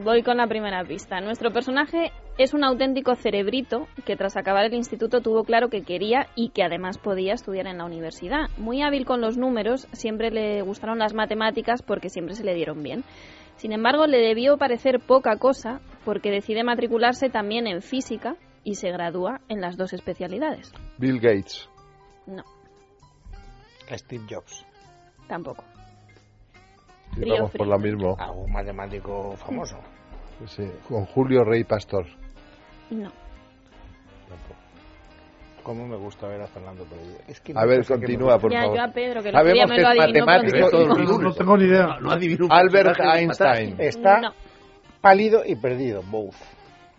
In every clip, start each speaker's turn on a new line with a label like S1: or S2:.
S1: Voy con la primera pista. Nuestro personaje es un auténtico cerebrito que tras acabar el instituto tuvo claro que quería y que además podía estudiar en la universidad. Muy hábil con los números, siempre le gustaron las matemáticas porque siempre se le dieron bien. Sin embargo, le debió parecer poca cosa porque decide matricularse también en física y se gradúa en las dos especialidades.
S2: Bill Gates.
S1: No,
S3: Steve Jobs,
S1: tampoco.
S2: Sí,
S1: Frío,
S2: vamos
S1: frío. Ah.
S2: por la misma.
S3: algún matemático famoso.
S2: Sí, Con Julio Rey Pastor.
S1: No.
S3: Tampoco. ¿Cómo me gusta ver a Fernando por ahí? Es que
S2: A
S3: no
S2: ver,
S3: sé qué me
S2: continúa,
S3: gusta.
S2: por
S1: ya,
S2: favor.
S1: yo a Pedro, que el otro día
S2: Sabemos
S1: me
S2: que
S1: lo
S2: es
S1: adivinó,
S2: matemático
S1: pero
S2: todo
S1: no.
S2: el
S4: No, no tengo ni idea.
S5: Lo adivino.
S2: Albert Einstein.
S3: Está
S1: No,
S3: pálido y perdido, both,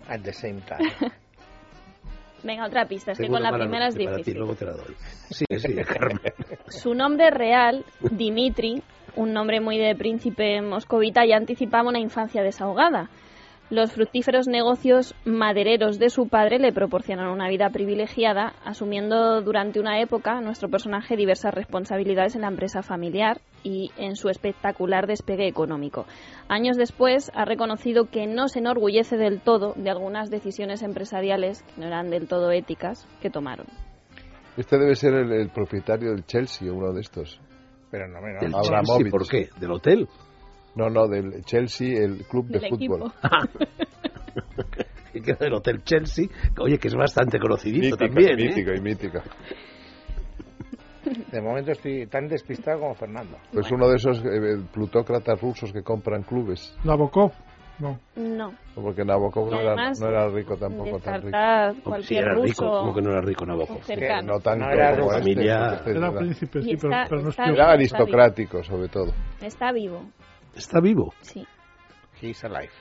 S3: at the same time.
S1: venga, otra pista, es que
S5: Tengo
S1: con
S5: una
S1: la
S5: mala
S1: primera es
S5: noticia para ti,
S1: difícil.
S5: luego te la doy. Sí, sí, Carmen.
S1: Su nombre real, Dimitri, un nombre muy de príncipe moscovita, ya anticipaba una infancia desahogada. Los fructíferos negocios madereros de su padre le proporcionaron una vida privilegiada, asumiendo durante una época a nuestro personaje diversas responsabilidades en la empresa familiar y en su espectacular despegue económico. Años después ha reconocido que no se enorgullece del todo de algunas decisiones empresariales que no eran del todo éticas que tomaron.
S2: Este debe ser el, el propietario del Chelsea, uno de estos.
S3: Pero no menos.
S5: Del
S2: Abramovich.
S5: Chelsea, ¿Por qué? ¿Del hotel?
S2: No, no, del Chelsea, el club de
S1: Del
S2: fútbol.
S1: equipo.
S5: Y que del hotel Chelsea, que, oye, que es bastante conocidito
S2: Mítico,
S5: también. ¿eh?
S2: mítico y mítico.
S3: De momento estoy tan despistado como Fernando.
S2: Pues uno de esos eh, plutócratas rusos que compran clubes.
S4: Nabokov. No.
S1: No.
S2: Porque Nabokov
S1: Y
S2: no, era,
S1: además,
S2: no era rico tampoco, tan rico.
S1: descartad
S5: Hombre, sí,
S1: cualquier
S5: era rico,
S1: ruso
S5: como que no era rico Nabokov.
S3: Que
S1: cercano.
S2: No tan
S3: No
S2: rico
S3: era
S2: como
S3: ruso.
S2: este,
S5: Familia-
S2: porque este
S4: Era
S2: era-
S4: príncipe,
S1: Y
S4: sí, pero,
S1: está-
S4: pero Eh, no es
S1: está-
S4: tío.
S2: era aristocrático, sobre todo.
S1: Está vivo,
S5: Está vivo.
S1: sí.
S3: He's alive.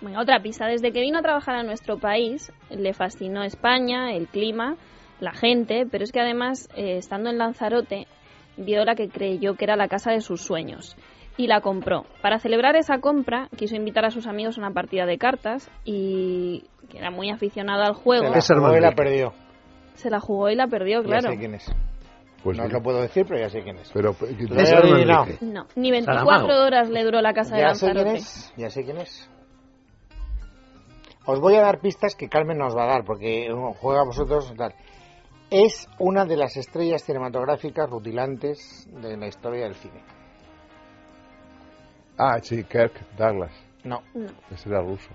S1: Venga, otra pista. Desde que vino a trabajar a nuestro país, le fascinó España, el clima, la gente, pero es que además, eh, estando en Lanzarote, vio la que creyó que era la casa de sus sueños y la compró. Para celebrar esa compra, quiso invitar a sus amigos a una partida de cartas y que era muy aficionado al
S3: Se
S1: juego,
S3: la,
S5: César
S3: jugó y la
S5: Valdés.
S3: perdió.
S1: se la jugó y la perdió,
S3: Ya
S1: claro.
S3: sé quién es.
S2: Pues
S3: no os
S2: sí. Pues-
S3: lo puedo decir, pero ya sé quién es.
S2: Pero, eh,
S3: he
S5: César
S3: adivinado.
S5: Manrique.
S1: No, ni 24
S5: Saramago.
S1: horas le duró la casa de
S3: Ya sé quién
S1: Lanzarote.
S3: es. Ya sé quién es. Os voy a dar pistas que Carmen nos va a dar, porque uh, juega vosotros. tal. Es una de las estrellas cinematográficas rutilantes de la historia del cine.
S2: Ah, sí, Kirk Douglas.
S3: No.
S1: No.
S2: Ese era ruso.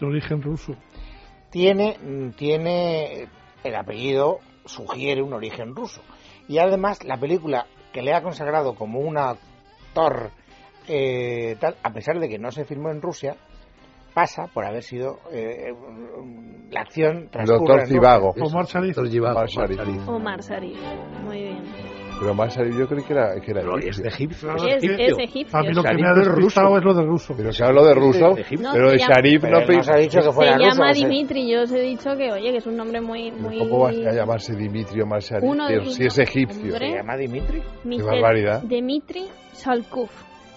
S4: De origen ruso.
S3: tiene, mm, tiene el apellido sugiere un origen ruso. Y además la película que le ha consagrado como un actor eh, tal, a pesar de que no se filmó en Rusia, pasa por haber sido eh, mm, la acción
S2: El
S3: transcurre en
S2: doctor
S3: Rusia.
S2: Zivago.
S4: Omar Sharif.
S5: Doctor Givago,
S2: Omar Sharif.
S5: Sharif.
S1: Omar Sharif. Muy bien.
S2: Pero más serio, yo creí que era, que era
S5: Pero es
S2: egipcio.
S5: de egipcio.
S4: Es-
S1: Es,
S5: egipcio.
S1: es egipcio.
S4: A mí lo que
S5: Sharif
S4: me ha
S5: es ruso.
S4: despistado es lo del ruso.
S2: Pero se habló de ruso,
S5: de egipcio.
S1: No,
S2: pero
S1: se
S2: de
S1: llama-
S2: Sharif
S3: Pero
S2: no...
S3: él
S2: pe-
S3: nos ha dicho que
S1: Se
S3: fuera ruso.
S1: llama
S3: o sea,
S1: Dimitri, yo os he dicho que, oye, que es un nombre muy... muy...
S2: ¿Cómo vas a llamarse Dimitri o Marsari?
S1: Uno de sus
S2: Si
S1: nombres.
S2: es egipcio.
S1: Hombre.
S3: ¿Se llama Dimitri?
S1: Mister
S2: barbaridad.
S1: Dimitri Shalkuf.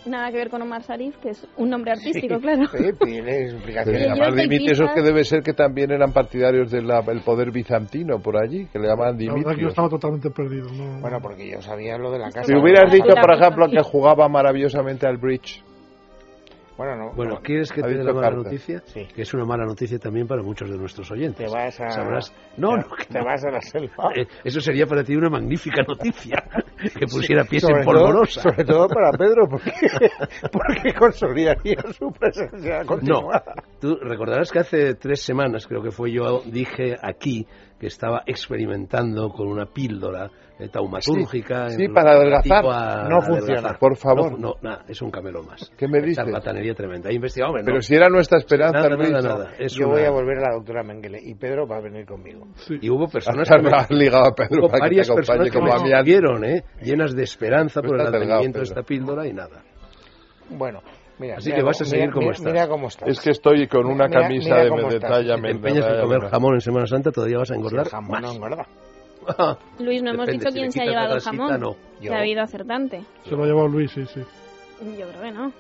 S1: Nada que ver con Omar Sharif, que es un nombre artístico, claro.
S3: Sí, pídele
S2: Pero
S1: Sí,
S3: explicaciones.
S1: yo-
S2: además
S1: doy
S2: Dimitri, esos
S1: pistas.
S2: que debe ser que también eran partidarios del poder bizantino por allí, que le llamaban
S4: La verdad que
S2: Dimitri.
S4: yo estaba totalmente perdido. No,
S3: Bueno, porque yo sabía lo de la casa.
S2: Si hubieras
S1: Claro.
S2: dicho, por
S1: Claro.
S2: ejemplo, que jugaba maravillosamente al bridge,
S3: Bueno, no,
S5: Bueno,
S3: no,
S5: ¿quieres que
S2: Ha
S5: te dé
S2: dicho
S5: la mala
S2: carta.
S5: noticia?
S3: Sí.
S5: Que es una mala noticia también para muchos de nuestros oyentes.
S3: te vas a...
S5: Sabrás- No,
S3: te-
S5: no, que
S3: te
S5: no.
S3: vas a la
S2: Ah.
S3: selva.
S5: Eh, Eso sería para ti una magnífica noticia. Que pusiera pies
S3: Sobre
S5: en
S3: todo-
S5: polvorosa.
S3: sobre todo para Pedro, porque, porque consolidaría su presencia
S5: No,
S3: continuada.
S5: tú recordarás que hace tres semanas, creo que fue yo, dije aquí que estaba experimentando con una píldora eh, taumatúrgica.
S2: Sí, sí,
S5: en-
S2: para adelgazar.
S5: tipo a-
S2: No
S5: a
S2: funciona,
S5: adelgazar.
S2: por favor.
S5: No, no, nada, es un camelo más.
S2: ¿Qué me
S5: Esta
S2: dices?
S5: batanería tremenda. He investigado, hombre, no.
S2: pero si era nuestra esperanza
S5: nada,
S2: el
S5: nada,
S2: bridge,
S5: nada. Es
S3: Yo
S5: una-
S3: voy a volver a la doctora Mengele y Pedro va a venir conmigo.
S4: sí.
S5: Y hubo personas
S2: hasta
S5: que me-
S2: me has ligado a Pedro
S5: hubo
S2: para que te
S5: varias
S2: acompañe
S5: personas que
S2: como
S5: me
S2: a mí. al-
S5: escribieron, ¿eh? llenas de esperanza
S2: Tú
S5: por el
S2: estás delgado,
S5: advenimiento de
S2: Pedro.
S5: esta píldora y nada.
S3: Bueno, mira.
S5: Así
S3: mira
S5: que vas
S3: cómo-
S5: a seguir
S3: mira-
S5: como
S3: mira-
S5: estás.
S3: Mira cómo estás.
S2: Es que estoy con una
S3: Mira-
S2: camisa
S3: mira
S2: de-
S3: cómo
S2: de,
S3: estás.
S2: talla
S5: Si te
S2: men-
S5: empeñas en
S2: talla
S5: comer
S2: men-
S5: jamón en Semana Santa, todavía vas a
S3: Si
S5: engordar
S3: el jamón no
S5: más.
S3: engorda.
S1: Luis, no hemos
S5: Depende,
S1: dicho
S5: si
S1: quién
S5: le
S1: se ha
S5: quitas la
S1: llevado el
S5: grasita,
S1: jamón.
S5: no.
S1: Que
S3: Yo.
S1: ha habido acertante.
S4: Se lo ha llevado Luis, sí, sí.
S1: Yo creo que no.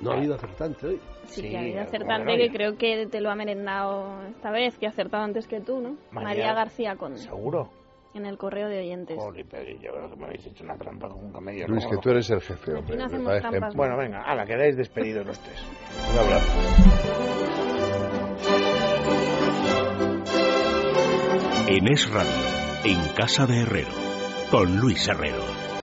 S5: No ha habido acertante hoy.
S1: Sí,
S3: Sí,
S1: que ha habido
S3: bueno,
S1: acertante,
S3: bueno,
S1: que
S3: ya.
S1: creo que te lo ha merendado esta vez, que ha acertado antes que tú, ¿no?
S3: María-
S1: María García Conde.
S3: Seguro.
S1: en el correo de oyentes.
S3: Jolín, Pedro, yo creo que me habéis hecho una trampa con un camello.
S2: Luis, que
S3: rojo.
S2: tú eres el jefe, hombre.
S1: no hacemos
S2: me parece-
S1: trampas.
S2: Bueno,
S3: Bueno, venga, ala, quedáis despedidos los tres.
S2: un abrazo.
S6: En Es Radio, en Casa de Herrero, con Luis Herrero.